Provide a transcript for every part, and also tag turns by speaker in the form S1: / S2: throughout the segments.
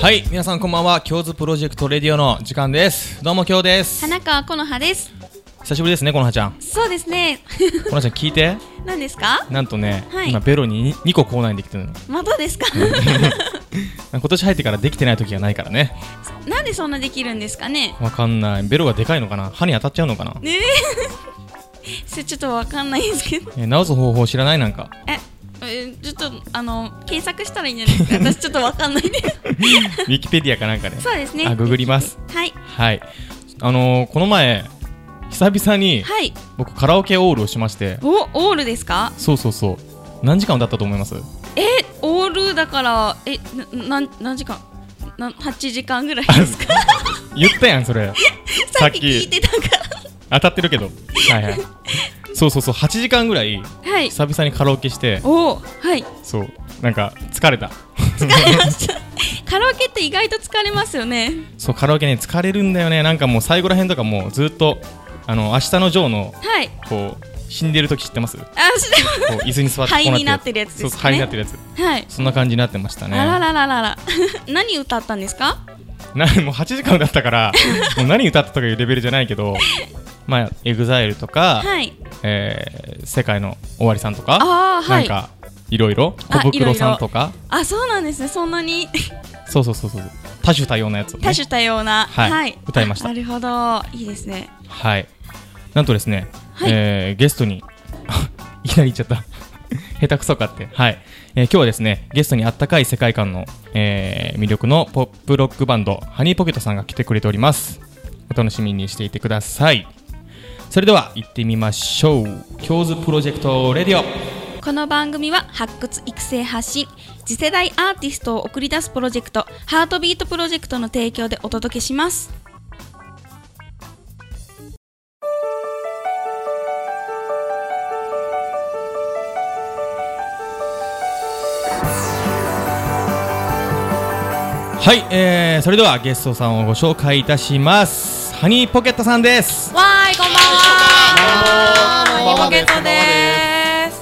S1: はい皆さんこんばんは京津プロジェクトレディオの時間ですどうも京です
S2: 花川このはです。
S1: 久しぶりですねこのはち ゃんこ
S2: そうですね。
S1: のはちゃん聞いて
S2: 何ですか？
S1: なんとね、
S2: はい
S1: 今ベロに 2, 個コーナーにできてるの
S2: またですか？
S1: 今年入ってからできてない時がないからね
S2: なんでそんなできるんですかね？
S1: わかんないベロがでかいのかな歯に当たっちゃうのかな、
S2: ねえ。それちょっとわかんないんですけど。
S1: えー治す方法知らないなんか
S2: え、えちょっとあの検索したらいいんじゃない ですか？私ちょっとわかんないで。
S1: ウィキペディアかなんかで、
S2: そうですね。
S1: あググります
S2: はい
S1: はいあのー、この前久々に
S2: はい。
S1: 僕カラオケオールをしまして
S2: おオールですか？
S1: そうそうそう何時間だったと思います
S2: えオールだからえななん何時間？な八時間ぐらいですか？
S1: 言ったやんそれ
S2: さっき聞いてたか
S1: 当たってるけどはいはいそうそうそう8時間ぐらい
S2: ら。はい。
S1: 久々にカラオケして
S2: おはい。
S1: そうなんか疲れた
S2: 疲れました。カラオケって意外と疲れますよね。
S1: そうカラオケね疲れるんだよねなんかもう最後らへんとかもうずっとあの明日のジョーの
S2: はい。
S1: こう死んでる時知ってますこ
S2: あ、知ってま
S1: う椅子に座って
S2: 肺
S1: こう
S2: になってるやつです
S1: そ
S2: ね
S1: う肺になってるやつ
S2: す。 はい。
S1: そんな感じになってましたね
S2: あらららら ら。何歌ったんですか？
S1: なもう8時間だったから もう何歌ったとかいうレベルじゃないけどまあエグザイルとか、
S2: はい。
S1: えー世界の終わりさんとか
S2: あーはい
S1: なんかいろいろ
S2: あ
S1: 小袋さんとか
S2: あ、そうなんですね。そんなに
S1: そうそうそうそう多種多様なやつを、ね、
S2: 多種多様な、
S1: はい歌いました
S2: なるほど、いいですね。
S1: はいなんとですね、
S2: はい
S1: えーゲストに いきなり言っちゃった 下手くそかってはい、えー今日はですねゲストにあったかい世界観の、えー魅力のポップロックバンドハニーポケットさんが来てくれておりますお楽しみにしていてくださいそれでは行ってみましょう京ズプロジェクトレディオ
S2: この番組は発掘育成発信次世代アーティストを送り出すプロジェクトハートビートプロジェクトの提供でお届けします
S1: はい、えーそれではゲストさんをご紹介いたしますハニーポケットさんです
S2: わーいこんばんは
S3: こんばんは
S2: ポケットで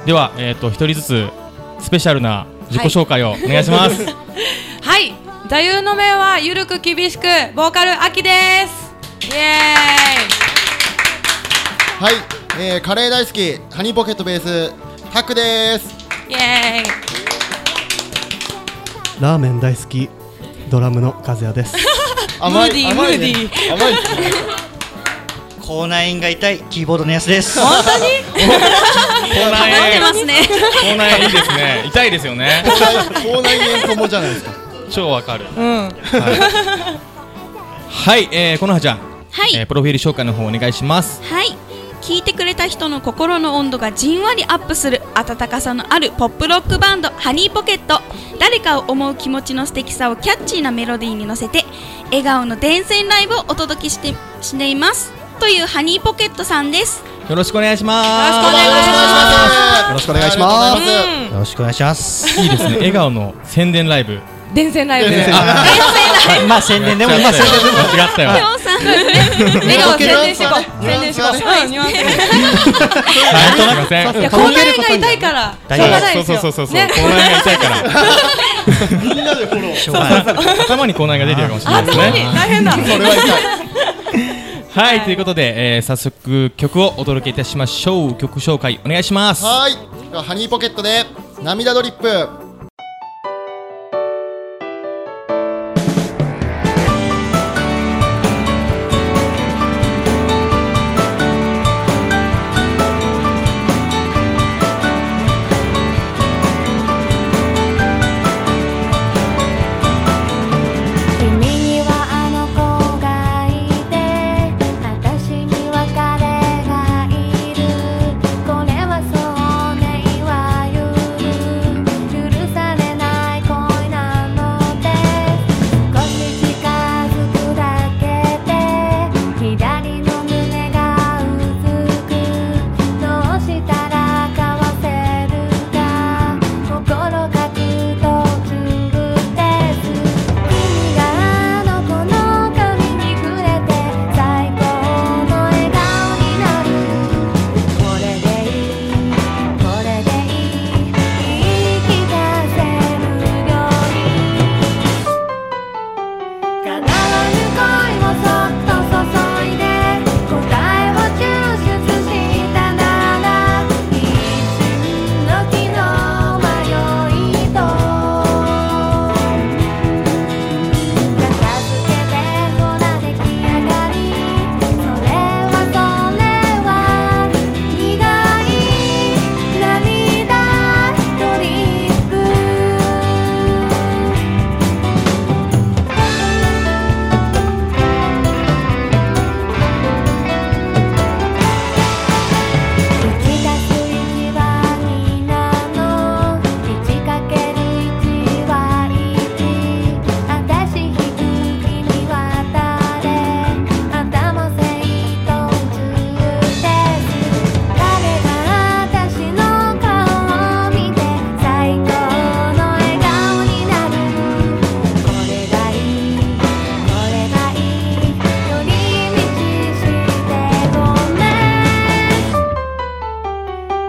S2: す
S1: ではえっ、と一人ずつスペシャルな自己紹介をお願いし ます、
S3: はい、座右の銘はゆるく厳しく、ボーカルあきです。イエ
S4: はい、えー、カレー大好きハニーポケットベースタックです
S3: ーイ、イエーイ。
S5: ラーメン大好きドラムの和也です。
S4: 甘い
S3: ムーディー
S4: 甘い、ね、
S3: ムーデ
S4: 甘いですね
S6: 口内炎が痛いキーボードのやすです。
S3: 本当に。
S1: コーナ
S2: 頑張って
S1: ー
S2: ますね
S1: コーナーいいですね痛いですよね
S4: 口内炎ともじゃないですか
S1: 超わかる
S3: うん。
S1: はい、えー、このはちゃん、
S2: はい、
S1: えープロフィール紹介の方お願いします
S2: はい聞いてくれた人の心の温度がじんわりアップする温かさのあるポップロックバンドハニーポケット誰かを思う気持ちの素敵さをキャッチーなメロディーに乗せて笑顔の伝染ライブをお届けしてしていますというハニーポケットさんです
S1: よろしくお願いします
S3: よろしくお願いし
S4: ます
S5: よろしくお願いします
S4: ありがと
S1: いいで
S4: うございま
S6: よろしくお願いします。
S1: すね 笑顔の宣伝ライブ
S3: 伝染ライブ。
S4: 伝染
S6: まあ宣伝でも今宣伝でも。
S1: 間違ったよ
S2: きょうさんは
S3: 笑顔宣伝していこう。
S4: ニュ
S3: 宣
S4: アン
S3: 伝してい
S4: ス
S3: こう。
S4: がね
S3: うん、ニュアンスがね。
S1: はいすいません
S3: いや、口内炎が痛いから。しょうがないですよ。
S1: そうそうそうそう、
S3: ね
S1: 口内炎が痛いから
S6: しょうがない
S1: 頭に口内炎が出てるかもしれないです
S3: 頭に
S1: ね
S3: 大変だ。
S4: それは痛い
S1: はい、ということで、えー、早速曲をお届けいたしましょう曲紹介お願いします
S4: はいではハニーポケットで涙ドリップ
S7: 君にはあの子がいて私には彼がいるこれはそうねいわゆる許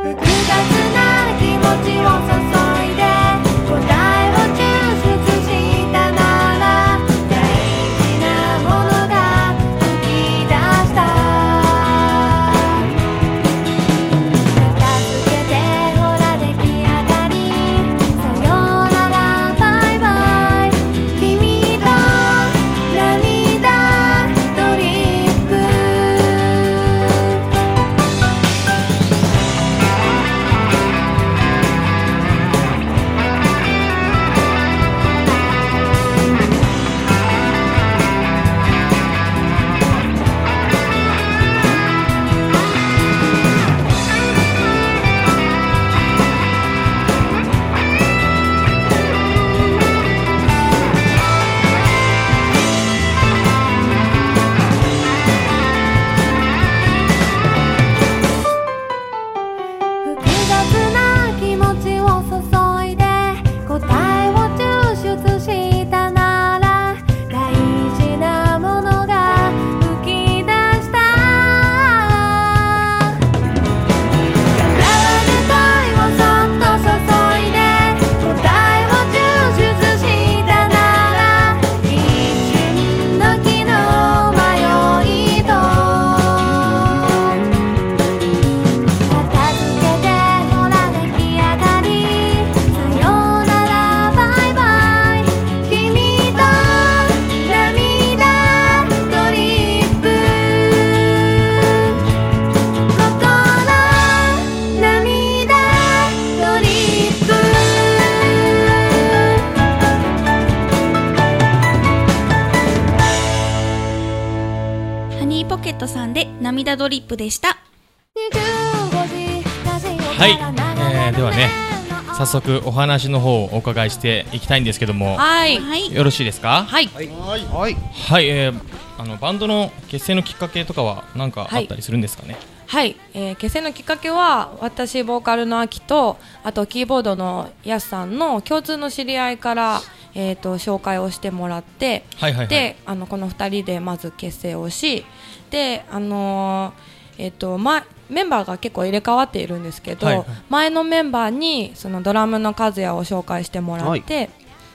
S7: 複雑な気持ちを注いで答えを抽出したなら大事なものが吹き出した「片付けてほら出来上がり」「さよならバイバイ」「君と涙ドリップ」複雑な気持ちを注いで答えを抽出したなら大事なものが吹き出した「笑わぬ恋をそっと注いで答えを抽出したなら一瞬の気の迷いと」「片付けてほら出来上がり」「さよならバイバイ」「君と涙ドリップ」「心涙ドリップ」
S2: ハニーポケットさんで涙ドリップでした。
S1: は
S7: はい
S1: えーではね 早速お話の方をお伺いしていきたいんですけども
S3: はい。
S2: はい。
S1: よろしいですか
S3: はい。
S4: はい
S6: はい。
S1: はい、えー、あのバンドの結成のきっかけとかは何かあったりするんですかね、
S3: はい、えー結成のきっかけは私ボーカルの秋とあとキーボードのやすさんの共通の知り合いから、えー、と紹介をしてもらって、
S1: はいはいはい
S3: であのこの2人でまず結成をしであのーえっ、とまメンバーが結構入れ替わっているんですけど、
S1: はいはい
S3: 前のメンバーにそのドラムの和也を紹介してもらって、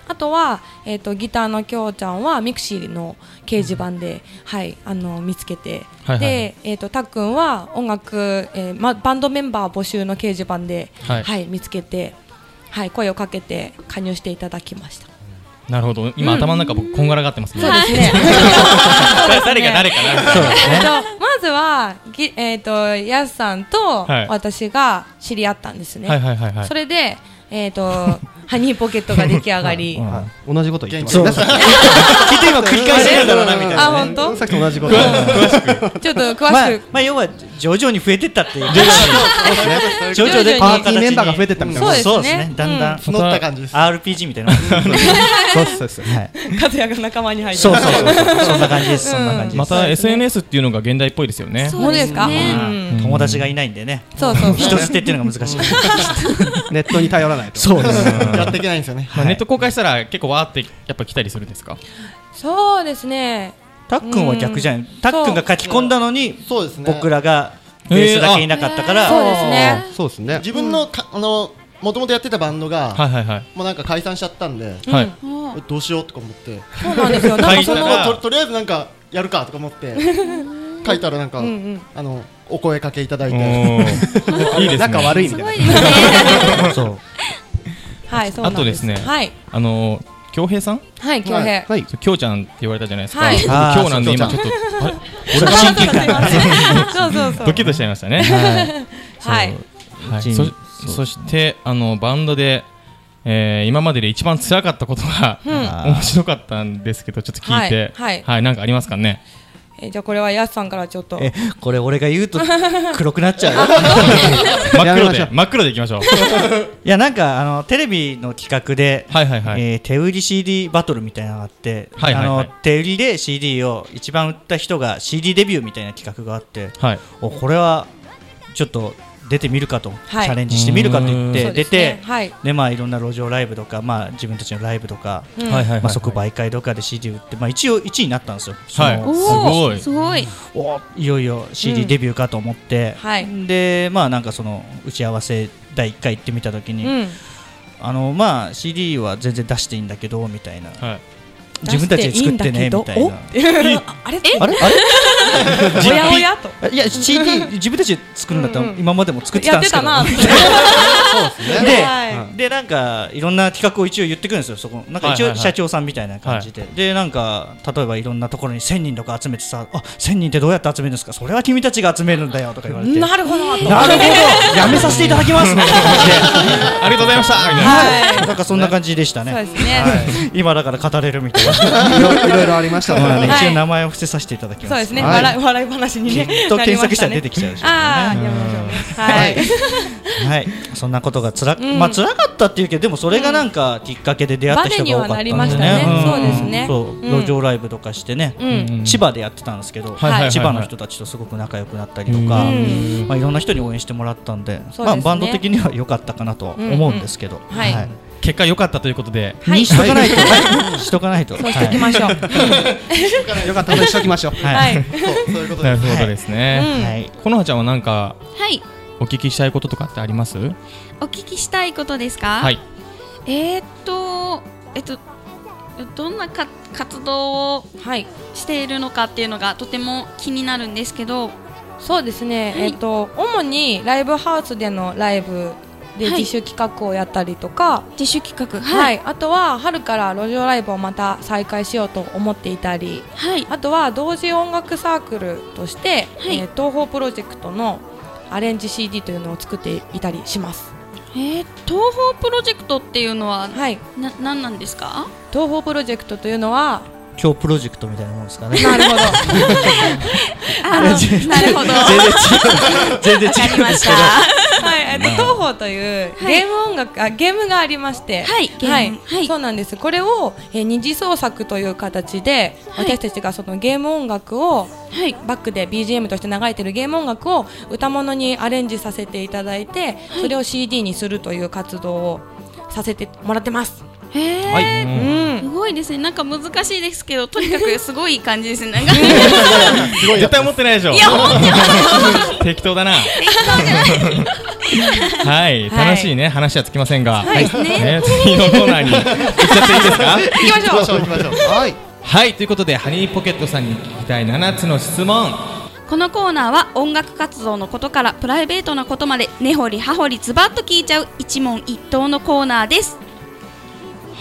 S3: あとは、えー、とギターのきょうちゃんはミクシーの掲示板で、はい、あの見つけて、
S1: はいはい
S3: で、えー、とたっくんは音楽、えーま、バンドメンバー募集の掲示板で、
S1: は
S3: はいい見つけて、はい、声をかけて加入していただきました。
S1: なるほど今、頭の中僕こんがらがってますね
S3: そうですね
S1: 誰が誰かな
S3: えっとまずはぎ、えー、とやすさんと
S1: はい
S3: 私が知り合ったんですね。
S1: はいはいはいはい
S3: それで、えー、と ハニーポケットが出来上がり、
S1: うん
S5: はい、同じこと言ってます
S4: そう
S5: ね。さっ
S6: きっと今繰り返してるんだろうなみたいな。
S3: あ本
S5: きさ
S3: 当
S5: っき同じこと。
S3: ちょっと詳しく、
S6: まあ、まあ要は徐々に増えてったっていう。徐々 に。徐々で
S3: 徐々
S5: にパーティーメンバーが増えてったみたいな
S6: うん
S3: そ
S6: そうう
S3: で
S6: ですす
S3: ね
S6: ね。だんだん
S1: うん
S4: 募った感じです。
S6: RPG みたい な。
S5: そうですそうです。
S6: はい。
S3: 和也が仲間に入って
S6: そうそうそう。そんな感じです。そんな感じで。
S1: ますた SNS っていうのが現代っぽいですよね
S2: そう
S3: 本当ですか、
S2: ね
S3: うん
S6: 友達がいないんでね。
S3: そうそうそう
S6: 人捨てっていうのが難しい。
S5: ネットに頼らない と。
S6: そうです。
S4: やっていけないんですよね。
S1: まあネット公開したら結構わーってやっぱ来たりするんですか
S3: そうですね
S6: たっくんは逆じゃん。たっくんが書き込んだのに、
S4: そうですね。
S6: 僕らがベースだけいなかったか
S3: そう
S6: ら、
S3: ですね
S5: そうですね。
S4: 自分のかあの元々やってたバン
S1: はい
S4: ドが
S1: はいはい
S4: もうなんか解散しちゃったんで、
S1: はい
S3: うん
S2: お
S4: えどうしようとか思って、
S3: そうなんですよなんか
S1: 書
S3: そ
S1: い
S3: の
S1: たら
S4: ととりあえずなんかやるかとか 思って書いたらなんか
S3: んうん
S4: あのお声かけいただい
S1: お
S4: て、
S1: ーいいですね
S5: 仲悪いみたい
S2: すご
S5: な
S2: い。ですね。
S6: そう。
S3: はいそうなん
S1: あとですね
S3: はい
S1: あのー京平さん
S3: はい恭 平
S5: はい。
S1: そう京ちゃんって言われたじゃないですか
S3: はい
S6: あー
S1: 今日なんで今ち
S6: そ
S1: ょ
S6: う
S1: っとあれ
S6: 俺が親近感が。
S3: そうそうそう
S1: ドキッとしちゃいましたね
S6: は
S3: は
S6: い
S3: い
S1: はい、
S6: 一
S1: そ
S6: 日
S1: そしてあのバンドで、えー今までで一番辛かったことが、面白かったんですけどちょっと聞いて
S3: はいはい
S1: なんかありますかね
S3: えじゃあこれはやすさんからちょっと
S6: え、これ俺が言うと黒くなっちゃうよ。
S1: 真っ
S5: やめ
S1: 黒
S5: ましょ
S1: で
S5: う
S1: 真っ黒でいきましょう
S6: いやなんかあのテレビの企画で、
S1: はいはいはい
S6: えー手売り CD バトルみたいなのがあって、
S1: はいはいはい
S6: あの手売りで CD を一番売った人が CD デビューみたいな企画があって、
S1: はい
S6: おこれはちょっと出てみるかと、
S3: はい
S6: チャレンジしてみるかと言っ
S1: う
S6: て
S3: そう
S6: 出
S3: です
S6: て
S3: ねはい
S6: でまあいろんな路上ライブとかまあ自分たちのライブとか、
S3: うん
S1: はいはいはい、
S6: まあ即売会とかで CD 売ってまあ一応1位になったんですよ。
S1: はい
S6: その
S2: おお
S1: す
S2: すごい
S6: おーいよいよ
S3: う
S6: CD
S3: ん
S6: デビューかと思って、
S3: はい
S6: でまあなんかその打ち合わせ第1回行ってみた時に、
S3: うん
S6: あのまあ CD は全然出していいんだけどみたいな、
S1: はい
S6: 自分たちで作ってねみたいな。
S3: 出していいんだけどお あれ
S6: あれあ
S3: おや おやと
S6: れいや CD 自分たちで作るんだったら
S3: うんうん
S6: 今までも作ってた
S3: やっ
S6: んで
S3: て
S6: すけ
S3: た
S6: ど
S3: なって
S4: ね
S6: で
S3: は
S6: でなんかいろんな企画を一応言ってくるんですよ、そこなんか一
S1: はいはい
S6: 応
S1: はい
S6: 社長さんみたいな感じで、でなんか例えばいろんなところに1000人とか集めてさ、あ1000人ってどうやって集めるんですか、それは君たちが集めるんだよとか言われて、
S3: いなるほどと
S6: なるほど、やめさせていただきますねって感じで、
S1: ありがとうございましたみたいな
S6: はい、なんかそんな感じでした
S3: そうで
S6: ね、
S3: すね
S6: 今だから語れるみたいな、
S5: いろいろありました
S6: まあね
S5: ね。
S3: はい
S6: 一応名前を伏せさせていただきます。
S3: そうですね
S5: はい
S3: 笑い笑い話にね
S6: きっと検索したら出てきちゃうでしょうね
S3: ああーやめましょうねはい
S6: はい、そんなことがつら、
S3: ん
S6: まあ辛かったっていうけどでもそれがなんかきっかけで出会った人が多かったんでね。
S3: バネにはなりましたね
S6: ん
S3: そうですね
S6: そう
S3: うん
S6: 路上ライブとかしてね、
S3: うん
S1: ん
S6: 千葉でやってたんですけど、
S1: はいはいはいはい
S6: 千葉の人たちとすごく仲良くなったりとか、
S3: うん
S6: まあいろんな人に応援してもらったんで、
S3: そう
S6: ま
S3: ですね
S6: あバンド的には良かったかなとは思うんですけど、
S3: んはい
S1: 結果良かったということで
S3: はい
S6: にしとかないと、はいしとかないと、
S3: そうしていきましょう
S5: よかったことにしとき ましょう。
S6: は、
S3: はいい
S4: そうそういうこと
S1: な
S4: で
S1: る
S4: す。
S1: ほどですね、
S3: うん
S6: はい、
S1: このはちゃんはなんか
S2: はい
S1: お聞きしたいこととかってあります
S2: お聞きしたいことですか
S1: はい
S2: えーっとえっとどんなか活動を
S3: はい
S2: しているのかっていうのがとても気になるんですけど
S3: そうですね、
S2: はい
S3: えっ、と主にライブハウスでのライブで
S2: はい
S3: 自主企画をやったりとか、
S2: 自主企画
S3: はい
S2: はい
S3: あとは春から路上ライブをまた再開しようと思っていたり
S2: はい
S3: あとは同時音楽サークルとして、
S2: はい
S3: えー東宝プロジェクトのアレンジ CD というのを作っていたりします。
S2: えー、東方プロジェクトっていうのは
S3: はい、
S2: な何なんですか
S3: 東宝プロジェクトというのは
S6: 今日プロジェクトみたいなもんですかね。
S3: なるほど、
S2: あのなるほど
S6: 全然違う、全然違うんですけど、
S3: はい、えっと東宝という
S2: はい
S3: ゲーム音楽、あゲームがありまして、
S2: はいゲームはい
S3: そうなんです。これを、えー二次創作という形で、
S2: はい
S3: 私たちがそのゲーム音楽を
S2: はい
S3: バックで BGM として流れているゲーム音楽を歌物にアレンジさせていただいて、それを CD にするという活動をさせてもらってます。
S2: へえ、
S1: はい、うん
S3: うん
S2: す。ごいですねなんか難しいですけどとにかくすごい感じですねなん か
S4: すごい
S1: 絶対思ってないでしょ
S2: いや思ってます
S1: 適当だなはい
S3: はい
S1: 楽しいね話はつきませんが
S2: はいですね
S1: ね次のコーナーに行 っちゃっていいですか
S3: 行きまし
S4: 行き
S3: ょ
S4: ま
S3: う
S4: し。ょう行きましょう。はい。
S1: はいということでハニーポケットさんに聞きたい7つの質問
S2: このコーナーは音楽活動のことからプライベートなことまで根掘り葉掘りズバッと聞いちゃう一問一答のコーナーです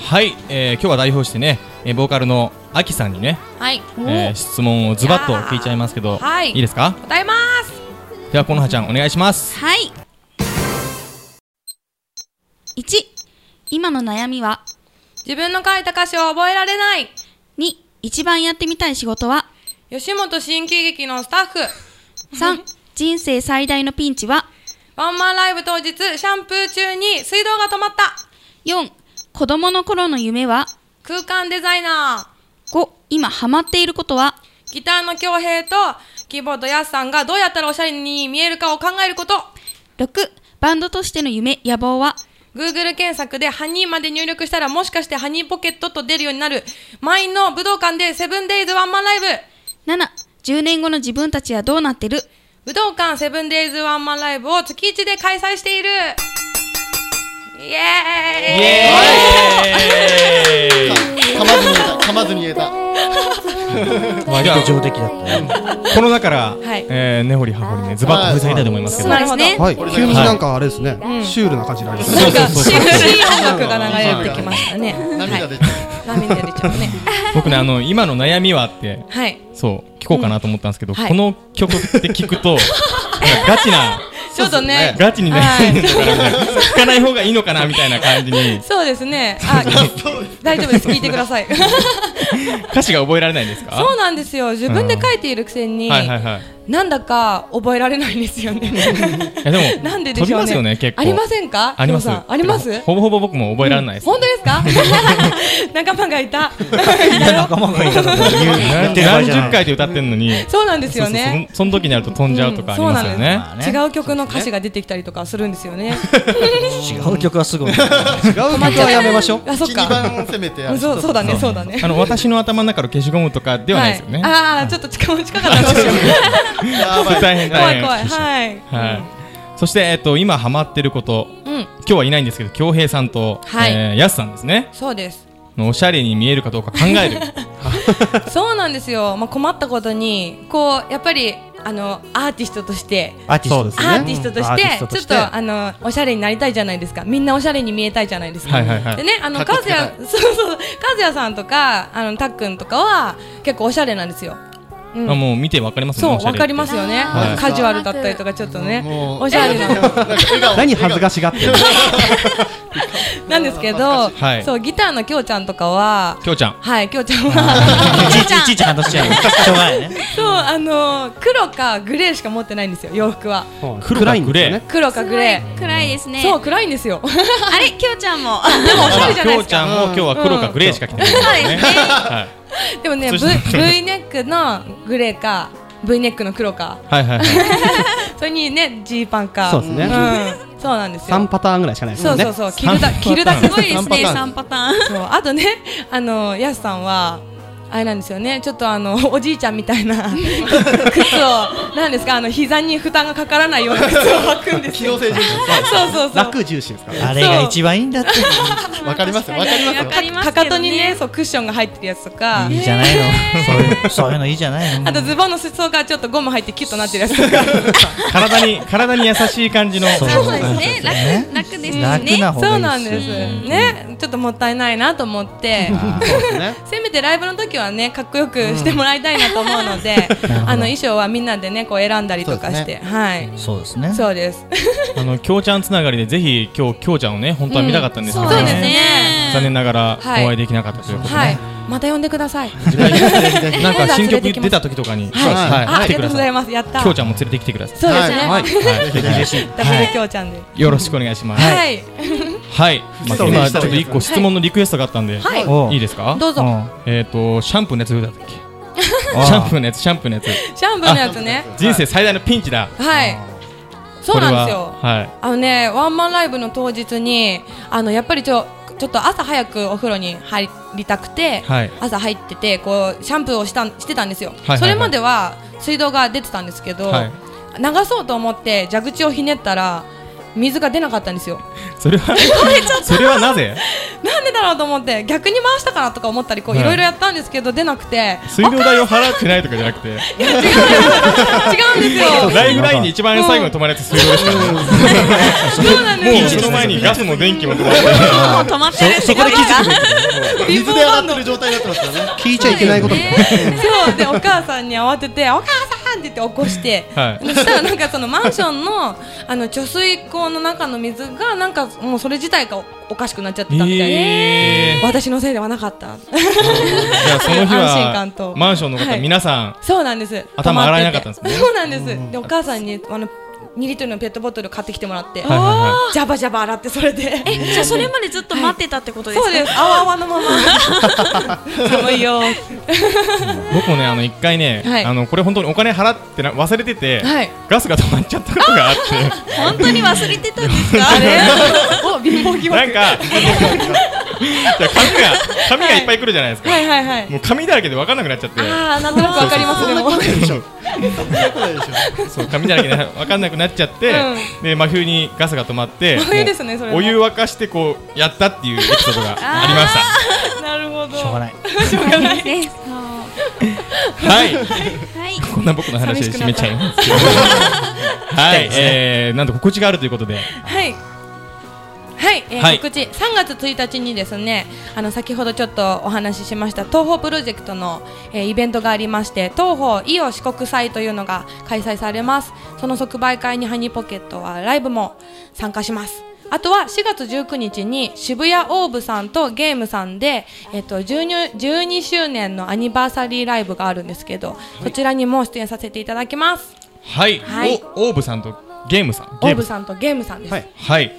S1: はい、えー今日は代表してね、えーボーカルのアキさんにね、
S3: はい。
S1: えー質問をズバッと聞いちゃいますけど、
S3: いやーはい
S1: いですか
S3: 答えます。
S1: ではこのはちゃんお願いします
S2: はい1今の悩みは
S3: 自分の書いた歌詞を覚えられない。
S2: 2一番やってみたい仕事は
S3: 吉本新喜劇のスタッフ。
S2: 3人生最大のピンチは
S3: ワンマンライブ当日、シャンプー中に水道が止まった。
S2: 4子供の頃の夢は
S3: 空間デザイナ
S2: 5今ハマっていることは
S3: ー。ギターの京平と、キーボードやすさんがどうやったらおしゃれに見えるかを考えること。
S2: 6バンドとしての夢野望は
S3: Google 検索でハニーまで入力したらもしかしてハニーポケットと出るようになる。満員の武道館でセブンデイズワンマンライブ。
S2: 710年後の自分たちはどうなってる
S3: 武道館セブンデイズワンマンライブを月1で開催している。イエーイ
S4: 噛まずに言えた。噛まずに言えた。
S1: 割と
S6: 上出来だったね。
S1: このだから、
S3: はい
S1: えー、根掘り葉掘りねズバッと振り下げたいと思いますけど、
S3: なるほど。
S2: ね
S5: はい、急になんかあれですね、シュールな感じになりますね。
S3: なんか、シ音楽が流れてきましたね。
S4: 涙出てる。
S3: 涙出ちゃうね。
S1: 僕ねあの今の悩みはって
S3: はい。
S1: そう聞こうかなと思ったんですけど、
S3: うんはい
S1: この曲って聞く となんかガチな
S3: ちょっとね。
S1: ガチにね、
S3: はい
S1: だからね聞かない方がいいのかなみたいな感じに
S3: そうですね。あ、大丈夫です聞いてください
S1: 歌詞が覚えられないんですか
S3: そうなんですよ自分で書いているくせに、
S1: はいはいはい
S3: なんだか覚えられないんです よね
S1: いやでも
S3: なんでで
S1: 飛
S3: し
S1: び
S3: ょうね
S1: ますよね結構
S3: ありませんか
S1: あります
S3: ヒロさんあります
S1: ほぼほぼ僕も覚えられないです、
S3: 本当で すか仲間がいた
S6: 仲間が いたとか言う言
S1: 何
S6: ってる場合
S1: 何
S6: じ
S1: 十
S6: ゃない
S1: 回で歌ってんのに
S3: そうなんですよ
S1: そうそう
S3: ね
S1: そんその時になると飛んじゃうとかありますよね、
S6: まあ
S3: 違う曲の歌詞が出てきたりとかするんです よね
S6: 違う曲はすごい。違う曲はやめましょう。
S3: あそっ
S4: 1、2
S3: か
S4: 番攻めてやる
S3: そうそうだねそうだね
S1: あの私の頭の中の消しゴムとかではないですよね、
S3: はい、ああちょっと近近かったかもしれない
S4: やばい
S1: 大変
S3: 怖
S1: 大
S3: い
S1: 変
S3: 怖いはい
S1: はい、そして、えっと、今ハマってること
S3: うん
S1: 今日はいないんですけど恭平さんと、
S3: はい
S1: えーやすさんですね
S3: そうです
S1: のおしゃれに見えるかどうか考える
S3: そうなんですよ、まあ、困ったことにこうやっぱりあのアーティストとして
S6: アーティス
S5: そ
S6: トで
S5: うで
S6: すす。
S5: ね
S3: アーティストとして
S6: うんアーティストと
S3: ちょ
S6: し
S3: ってとあのおしゃれになりたいじゃないですかみんなおしゃれに見えたいじゃないですか、
S1: はいはいはい
S3: でねあの和
S4: かっこつけ
S3: 也
S4: たい
S3: そうそう和也さんとかあのたっくんとかは結構おしゃれなんですよ、 うん
S1: あもう見てわかります
S3: そ
S1: ね
S3: うわかりますよね、
S1: はい
S3: カジュアルだったりとかちょっとね、
S4: もう
S3: おしゃれな
S4: なんか笑顔
S5: 何恥ずかしがってる
S3: なんですけど、
S4: 恥
S1: はい
S3: そうギターのきょうちゃんとかは
S1: きょうちゃん
S3: はいきょうちゃん は
S6: いちいちいちいち話しちゃう。しょうがないね。
S3: そうあの黒かグレーしか持ってないんですよ洋服は
S1: 黒か
S5: 暗いんですよね
S3: 黒かグレー
S2: 暗いですね
S3: そう暗いんですよ
S2: あれきょうちゃん も
S3: でもおしゃれじゃ
S1: き
S3: な
S1: ょ
S3: いで
S1: う
S3: す
S1: ちゃん
S3: か
S1: も今日は黒かグレーしか着てないです
S2: う
S1: ね、
S2: んそうですね
S1: はい
S3: でもね
S1: 普
S3: v,
S1: 通に
S3: v ネックのグレーか V ネックの黒 か
S1: はいはいはい
S3: それにねジーパンか
S5: そうですね
S3: うんそうなんです
S5: 三
S3: よ
S5: パターンぐらいしかないです
S3: そ
S5: もん
S3: う
S5: ね
S3: そうそう着るだ着るだけ
S2: すごいですね
S4: 三
S2: 三パターン
S3: そうあとねあのやすさんはあれなんですよねちょっとあのおじいちゃんみたい な靴をなんですかあの膝に負担がかからないような靴を履くんです
S4: 機
S3: よ
S4: 能性重視
S3: そうそうそう
S5: 楽重視ですからね
S6: あれが一番いいんだって。
S4: わかりますよわかりますよ
S2: わかります
S3: か
S2: けど
S3: かとにねそうクッションが入ってるやつとか
S6: いいじゃないの。そういうそういうのいいじゃないの。
S3: あとズボンの裾がちょっとゴム入ってキュッとなってるやつとか
S1: 体に体に優しい感じの
S2: そうですね楽楽です
S6: 楽
S2: ね
S6: な方がいい。
S3: そうなんです。。ね、ちょっともったいないなと思って。
S5: そうですね
S3: せめてライブの時はね、かっこよくしてもらいたいなと思うので、あの衣装はみんなでね、こう選んだりとかして、はい。
S6: そうですね。
S3: そうです。
S1: あのきょうちゃんつながりでぜひ今日きょうちゃんをね本当は見たかったんですけど、
S3: うんそうですね
S2: ね
S1: 残念ながらお
S3: はい
S1: 会いできなかったということで、
S3: はい。また呼んでください。
S1: 次回なん か新
S3: 今度は連れ
S1: 曲
S3: てきま
S1: 出
S3: す
S1: た時とかに、
S3: はい
S1: はい
S3: あ、あ
S1: 来て
S3: りが
S1: くだ
S3: とうござ
S1: さ
S3: い
S1: い。
S3: ます。やった。
S1: きょうちゃんも連れてきてください。
S3: そうですね。
S4: はい
S1: はい
S3: ダブルきょうちゃんで。
S1: よろしくお願いします。はい。
S3: はい。
S1: まあ
S5: そう
S1: 今
S5: ね
S1: ちょっと一個質問のリクエストがあったんで、
S3: はい
S1: おういいですか？
S3: どうぞ
S1: えっとシャンプーのやつだったっけ？
S6: あ
S1: シャンプーのやつ、シャンプーのやつ。
S3: シャンプーのやつね。
S1: 人生最大のピンチだ。
S3: はい。そ
S1: こ
S3: う
S1: れ
S3: なん
S1: は
S3: ですよ。
S1: は
S3: あのね、ワンマンライブの当日に、あのやっぱりちょちょっと朝早くお風呂に入りたくて、
S1: はい
S3: 朝入っててこうシャンプーをしたしてたんですよ、
S1: はいはい
S3: それまでは水道が出てたんですけど、
S1: はい
S3: 流そうと思って蛇口をひねったら水が出なかったんですよ
S1: い。それはそれはなぜ？
S3: なんでだろうと思って逆に回したかなとか思ったりこう
S1: はい
S3: いろいろやったんですけど出なくて
S1: 水道代を払ってないとかじゃなくて、
S3: いや違う違うん ですよ
S1: ライフラインに一番最後に止まるやつ水道ですから。も
S3: そうなんで
S1: う
S3: す
S1: そ
S3: よ
S1: の前にガスも電気も止まって。
S2: もう止まってるんで
S6: そこで気づくべきだよ。
S4: 水で洗ってる状態になってますからね
S5: 聞いちゃいけないこと
S3: そうでお母さんに慌てて「お母さん!」って言って起こして、
S1: はい
S3: そしたらなんかそのマンションのあの貯水口の中の水がなんかもうそれ自体がおおかしくなっちゃってたみたいで、
S1: えー
S3: 私のせいではなかった
S1: じゃあその日
S3: 安心感
S1: は
S3: と
S1: マンションの方
S3: はい
S1: 皆さ
S3: そうなんです
S1: 頭
S3: 止ま
S1: 洗
S3: っ
S1: え
S3: て
S1: なかったんですね
S3: そうなんですでお母さんにあの2リットルのペットボトル買ってきてもらって、
S1: んはいはいはい。
S3: ジャバジャバ洗ってそれで
S2: えじゃあそれまでずっと待ってたってことですか
S3: そうですあわあわのまま寒いよ
S1: 僕もねあの一回ね、
S3: はい
S1: あのこれ本当にお金払ってな忘れてて、
S3: はい
S1: ガスが止まっちゃったことがあって
S2: 本当に忘れてたんですか
S3: あれお貧乏疑 惑
S1: なんかいや紙が紙がいっぱい来るじゃないですか、
S3: はいはいはい
S1: もう紙だらけで分かんなくなっちゃって
S3: ああなんとなくわかりますでも
S4: でしょそんなことないでしょ
S1: そう紙だらけで分かんなくなっちゃって、
S3: う
S1: で真冬にガスが止まって
S3: 真冬ですねそれ
S1: もう
S3: も
S1: お湯沸かしてこうやったっていうエピソードがありまし
S3: なるほど
S6: しょうがない。
S1: たはい
S2: はい
S1: こんな僕の話で締めちゃいますけど はい、えー、なんと告知があるということで
S3: はい。はい、えー
S1: はい
S3: 告知3月1日にですねあの先ほどちょっとお話ししました東宝プロジェクトの、えーイベントがありまして東宝イオ四国祭というのが開催されますその即売会にハニーポケットはライブも参加しますあとは4月19日に渋谷オーブさんとゲームさんで、えっと、12, 12周年のアニバーサリーライブがあるんですけど、そちらにも出演させていただきます。
S1: はい、
S3: はい
S1: おオーブさんとゲームさん
S3: オ
S1: ゲ
S3: ー
S1: ーム
S3: ブ
S1: さん
S3: さんとゲームさんです。
S5: は
S3: はいい、
S1: はい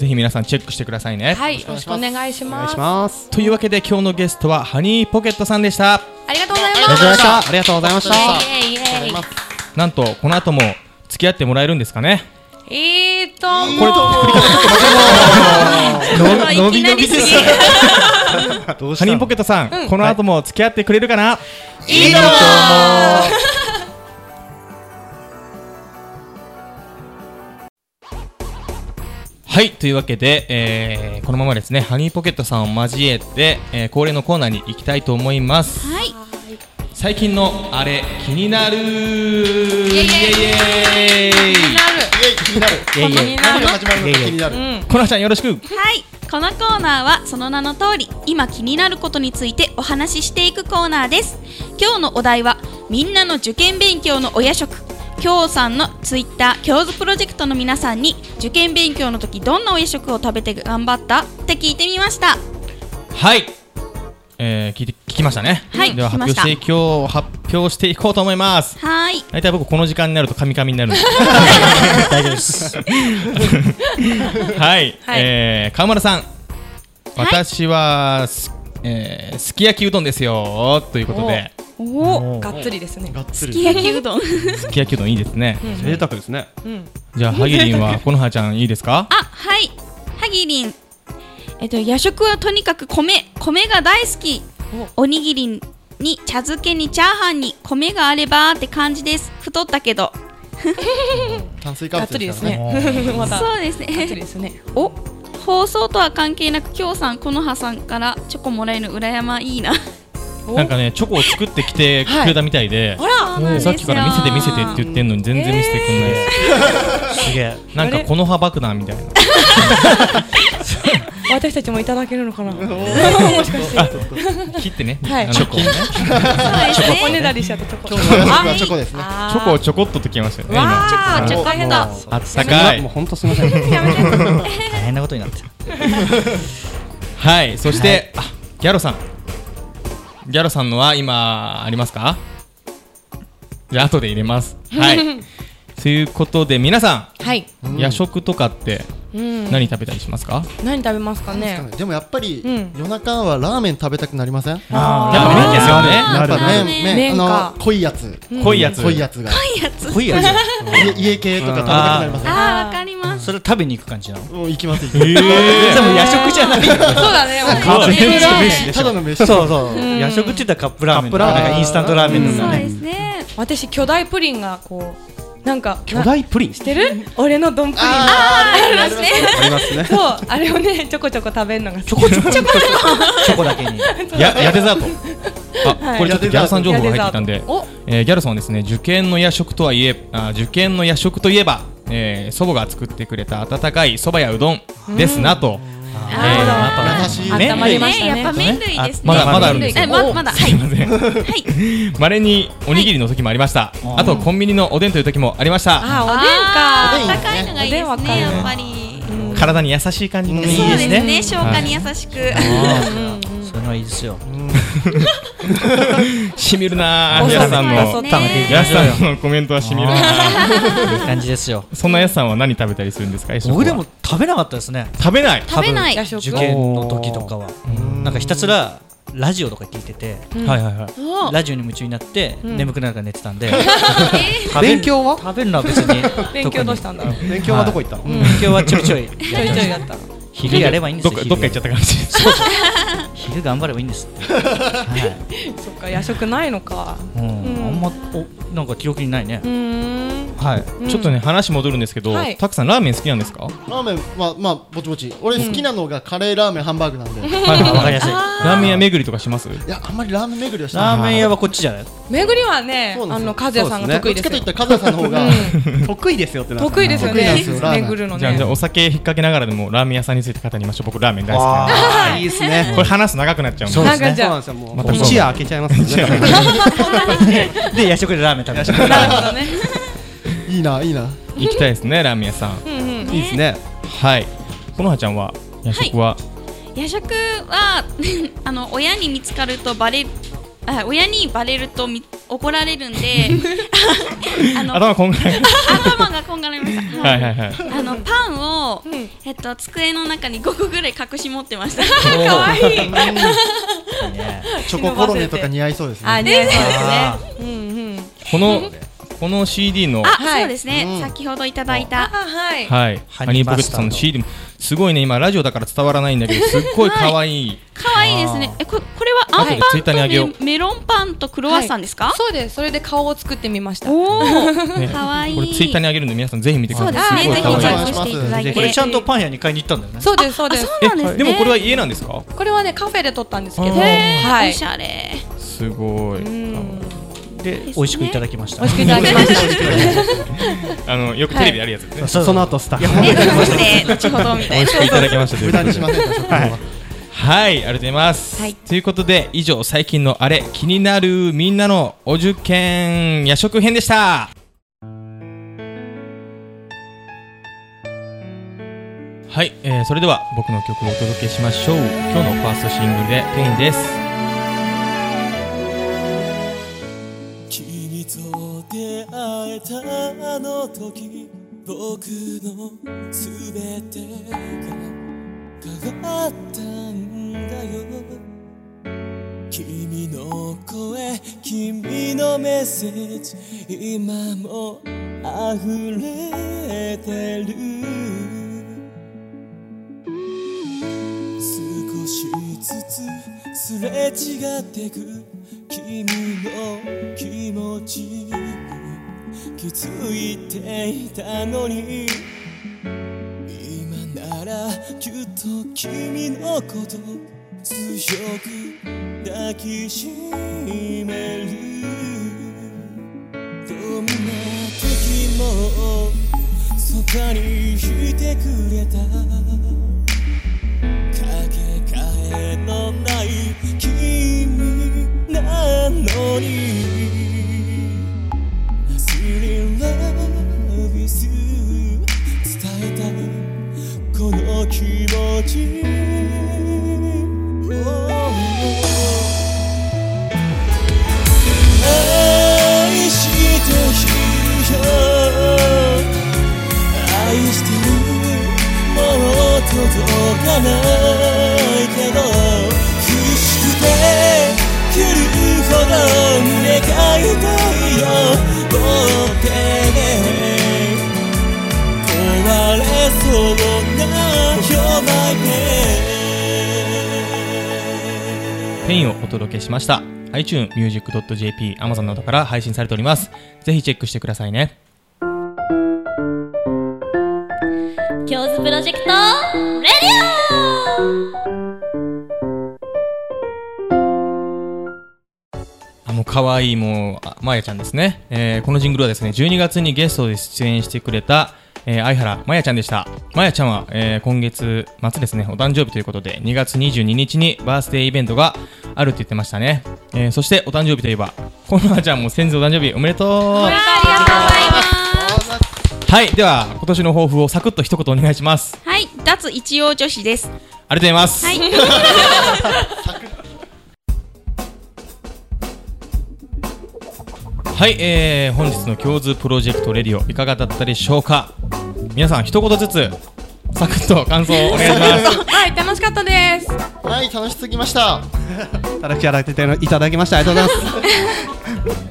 S1: ぜひ皆さんチェックしてくださいね、
S3: よろしくお願いし
S5: お願
S3: ま
S5: いし
S3: す。
S5: ます。
S1: というわけで今日のゲストはハニーポケットさんでした
S3: ありがとうございます。
S5: ありがとうございました。ありがとうございました。
S3: イエイイエイイエイ
S1: なんとこの後も付き合ってもらえるんですかね
S3: えーとも
S1: の
S2: いきなりすぎる
S6: どうし
S1: ハ
S6: た
S1: ニー
S6: の
S1: ポケットさん、この後も付き合ってくれるかな、
S4: いいと思う
S1: はい、というわけで、えーこのままですね、ハニーポケットさんを交えて、えー恒例のコーナーに行きたいと思います。
S2: はい
S1: 最近のあれ、気になるイエイエイ
S4: イエイ気になる
S1: イエイイエイ
S3: にな
S4: 何
S3: る
S4: が始まるのか気になる
S1: コナちゃんよろしく
S2: はい、このコーナーはその名の通り今気になることについてお話ししていくコーナーです今日のお題はみんなの受験勉強のお夜食今日さんのツイッター京都プロジェクトの皆さんに受験勉強の時どんなお夜食を食べて頑張ったって聞いてみました
S1: はい、えー聞いて聞きましたね。
S2: はい
S1: では
S2: 聞き
S1: 発
S2: ま
S1: 表
S2: した
S1: してい今日発表していこうと思います。
S2: はい
S1: 大体僕この時間になるとカミカミに なるんで
S6: 大丈夫です。
S1: はい、えー川村さん、私はす、えーすき焼きうどんですよということで
S2: おお
S3: がっつりですね。
S5: がっつ
S2: すき焼きうどん
S1: すき焼きうどんいいですね、
S5: 贅沢ですね。
S1: じゃあハギリンはこのはちゃんいいですか
S2: あはいはぎりんえっと夜食はとにかく米米が大好きおにぎりに茶漬けにチャーハンに米があればって感じです太ったけど
S4: 炭水化
S3: が
S4: 物
S3: っつりで
S4: で
S3: すす
S4: からね
S3: ね。また。
S2: そうです
S3: がっつり
S2: ね
S3: ですね。
S2: お放送とは関係なくきょうさんこのはさんからチョコもらえるの羨まいいな
S1: なんかねチョコを作ってきて
S3: はい
S1: くれたみたいで、
S3: ほら。
S2: なんです
S1: さ
S2: よ
S1: っきから見せて見せてって言ってんのに全然見せてくんないです、
S6: すげえ。
S1: なんかこの葉爆弾みたいな
S3: 私たちもいただけるのかな。
S1: 切ってね、
S3: はい
S1: あの切ってね
S2: そ うです
S3: おね
S2: ね
S3: だりしちゃったとこ。
S4: 今日の夜食はチョコですね
S3: あー
S1: チョコをちょこっとときましたよね今
S3: わあ、チョコありがとう。
S1: あったか
S5: もう
S1: い
S5: 本当すみません。
S6: 大変なことになってる。
S1: はいそして、あギャロさんギャロさんのは今ありますかじゃあ後で入れますはいということで皆さ
S3: はい。
S1: ん、夜食とかって
S3: うん。
S1: 何食べたりしますか、
S3: 何食べますかね。
S4: でもやっぱり
S3: うん
S4: 夜中はラーメン食べたくなりません
S1: あ
S6: ー
S1: ラーメンですよね
S4: やっぱ
S5: な
S4: 麺
S5: る
S4: 麺あ
S3: 麺か
S4: の濃いやつ
S1: 濃いやつ
S4: 濃いやつが
S2: いいやつ
S6: 濃いや
S4: 家家系とか食べたくなりません
S2: あーわかります
S6: つ。それ食べに行く感じなの。
S4: もう行きます行きま
S6: でも夜食じゃないよ。
S3: そうだね。
S6: 完全に
S4: すただの飯
S6: そうそう。夜食って言ったらカップラーメンと
S4: カ
S6: か。
S4: ップラーメン
S6: なんかインスタントラーメンと
S2: そ
S6: か
S2: う
S6: ね。
S2: ですね
S3: 私巨大プリンがこうなんか
S5: 巨大プリン
S3: 知ってる？俺のドンプリン。
S4: あーありますね
S5: ありますね。
S3: そうあれをねちょこちょこ食べるのが好き。
S6: チョコチョコチョコチョコだけに。
S1: ややデザートあ、
S3: はい
S1: これちょっとギャルさん情報が入ってきたん
S3: や
S1: で
S3: デザート
S1: えーギャルさんはですね受験の夜食とはいえあ受験の夜食といえば、えー祖母が作ってくれた温かいそばやうどんですなと、えー
S3: あ
S4: 優しい
S3: ー温まりました
S2: ねやっぱ
S3: ね。
S2: 麺類ですね
S1: あまだまだあるんですよ
S2: えままだは
S1: す
S2: い
S1: いません
S2: はい
S1: まれにおにぎりの時もありました、
S6: はい
S1: あとコンビニのおでんという時もありました、
S3: あ
S2: あ
S3: おでん
S2: ー
S3: か。
S2: あったかいのがいいで
S3: お
S2: す
S3: でんわか
S2: ね
S3: る
S2: やっぱり
S1: 体に優しい感じの
S4: うん
S1: いい
S2: そう
S1: で
S2: ですす
S1: ね
S2: ね消化に優しく
S6: ああ、それはいいですよ。
S1: しみるな
S3: お
S1: ー
S3: そう
S1: ギャルさん
S3: そ
S1: の
S3: うね
S1: ギャルさんのコメントはしみるなー
S6: いい感じですよ。
S1: そんなやすさんは何食べたりするんですか夜食は
S6: 僕でも食べなかったですね。
S1: 食べない
S2: 食べない
S3: 夜食
S6: 受験の時とかは。なんかひたすらラジオとか聞いてて、
S1: はいはいはい
S2: お
S6: ラジオに夢中になって眠くなるから寝てたんで。
S2: え
S6: 食べる
S5: 勉強は？
S6: 食べるのは別に。
S3: 勉強どうした
S6: 特
S3: んだろう。
S5: 勉強はどこ行ったの？
S6: に勉強はちょいちょいやってま
S3: ちょいち
S6: し
S3: ょいだ
S6: た。
S3: った。
S6: 昼やればいいんです
S1: どっ
S6: よ。
S1: かどっか行っちゃった感じ
S6: 昼頑張ればいいんです。はい。
S3: そっか夜食ないのか。
S6: うん。あんまおなんか記憶にないね
S3: う。ーん。
S6: はい。
S1: ちょっとね話戻るんですけど、
S3: はい
S1: たくさんラーメン好きなんですか？
S4: ラーメンまあまあぼちぼち俺好きなのがカレーラーメンハンバーグなんでい
S6: わかりやすい。
S1: ラーメン屋巡りとかします？
S4: やあんまりラーメン巡りはしてない
S6: ラーメン屋はこっちじゃない。
S3: 巡りはね
S4: そうな
S3: あ
S4: んですよ
S3: の和也さんが得意
S4: ど
S3: で
S4: っ
S3: すよ
S4: ちかといっ。たらカズヤさんの方が
S5: 得意ですよってな。
S3: 得意ですよ
S4: 得意なん
S3: ね
S4: ですよラーメン
S3: 巡るの
S1: じゃあじゃあ
S3: ね。
S1: お酒引っ掛けながらでもラーメン屋さんについて語りましょう。僕ラーメン大好きなんで。
S5: ああいいですね。
S1: これ話す長くなっちゃうんで。
S6: そう
S3: な
S6: で
S3: ん
S6: す
S3: かじ
S6: ね。
S5: そうなん
S3: ゃ
S5: ですよも
S1: ま
S5: う
S1: たそう
S5: 一夜明けちゃいますね。
S6: で夜食でラーメン食べ
S3: あ
S6: た。
S3: なるほどね。
S4: いいないいな。
S1: 行きたいですねラーメン屋さん。
S3: うんうん。
S5: いいですね。
S1: はい。このはちゃんは夜食は、
S2: 夜食は あの親に見つかるとバレあ親にバレるとみ怒られるんであの
S1: 頭こんぐ らい。
S2: 頭がこんがらいました。
S1: はいはいはい。
S2: あのパンを、
S3: ん
S2: えっと机の中に5個ぐらい隠し持ってました。
S6: 可愛いい。
S4: チョココロネとか似合いそうです
S3: あ、
S4: ね。
S3: 似合いそうです
S6: あ
S3: ね。うんうん。
S1: このこの CD の
S2: あ、
S3: はい
S2: そうですね、
S4: うん
S2: 先ほどいただい
S3: あ、
S2: た。
S3: はい。
S1: はい、
S6: ハ
S1: ハ
S6: ニ
S1: ニ
S6: ー
S1: ー
S6: バ
S1: ポケッ
S6: ス
S1: トさ
S6: タード
S1: んの CD もすごいね今ラジオだから伝わらないんだけ どすっごい可愛い
S2: 可愛いですね。えここれはアン
S1: 後で
S2: パ
S1: ツイ
S2: ン
S1: ッタ
S2: と
S1: ーにあげよう
S2: メメロンパンとクロワッサンですか？
S3: そうです。それで顔を作ってみました。
S2: おお、
S1: ね
S2: 可愛い
S1: これツイッターにあげるんで皆さんぜひ見てく
S2: そう
S1: だ
S2: で
S1: さ
S2: す
S1: い
S2: ね。
S1: すご
S2: ぜ
S1: い可
S2: ひチェ
S1: 愛い
S2: ックしていただいて。
S6: これちゃんとパン屋に買いに行ったんだよね。
S3: そうです。そう
S2: あ、
S3: です。
S2: そうなんですね。
S1: えでもこれは家なんですか
S3: これはね、カフェで撮ったんですけど。
S1: あー
S2: へー
S3: は
S2: お
S3: い。
S2: しゃれ。
S1: すごい
S3: うん。
S6: で
S2: ですね
S6: 美味しくいただきました。
S3: 美味しくいただきました。
S1: あのよくテレビであるやつですね、
S6: そう
S5: その後スタッ
S2: で、
S5: フ。
S2: そして後ほどみたい
S1: 美
S2: な。
S1: 味しくいただきましたというこ
S4: 無
S1: と
S4: 駄に
S1: で
S4: しませんか、チョコは。
S1: はいありがとうございます、
S2: はい
S1: ということで以上最近のあれ気になるみんなのお受験夜食編でしたはい、えー、それでは僕の曲をお届けしましょう今日のファーストシングルで「ペイン」です
S8: 君と出会えたあの時僕の全てが変わったんだよ君の声君のメッセージ今も溢れてる少しずつすれ違ってく君の気持ちに気づいていたのに今ならきっと君のこと強く抱きしめるどんな時もそばにいてくれたかけがえのない君なのに Still love is you 伝えたいこの気持ち Oh 愛しているよ愛してるもう届かないからけど苦しくて来るほど願いたいよ持ってね壊れそうな夜まで
S1: ペインをお届けしました。iTune music.jp、Amazon などから配信されております。ぜひチェックしてくださいね。
S7: 教室プロジェクトレディオ
S1: あもう可愛いもうあまやちゃんですね、えーこのジングルはですね12月にゲストで出演してくれた、えー、相原まやちゃんでしたまやちゃんは、えー今月末ですねお誕生日ということで2月22日にバースデーイベントがあるって言ってましたね、えーそしてお誕生日といえばこのまちゃんも先日お誕生日おめでとう
S2: ありがとうございます。
S1: はいでは今年の抱負をサクッと一言お願いします
S2: はい、脱一応女子です。
S1: ありがとうございます、
S2: はい。
S1: はい、えー、本日の共通プロジェクトレディオいかがだったでしょうか皆さん一言ずつサクッと感想をお願いします
S3: はい、楽しかったです。
S4: はい、楽しすぎました。
S5: 私やらせていただきました。ありがとうございま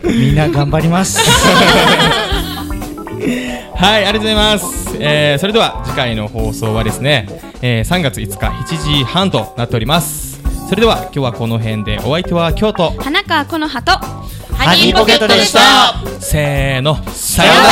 S5: す。
S6: みんな頑張り ます。
S1: はいありがとうございます、えー、それでは次回の放送はですね、えー、3月5日7時半となっておりますそれでは今日はこの辺でお相手は京都
S2: 花川この葉とハ
S6: ニーポケットでした
S1: せーのさようなら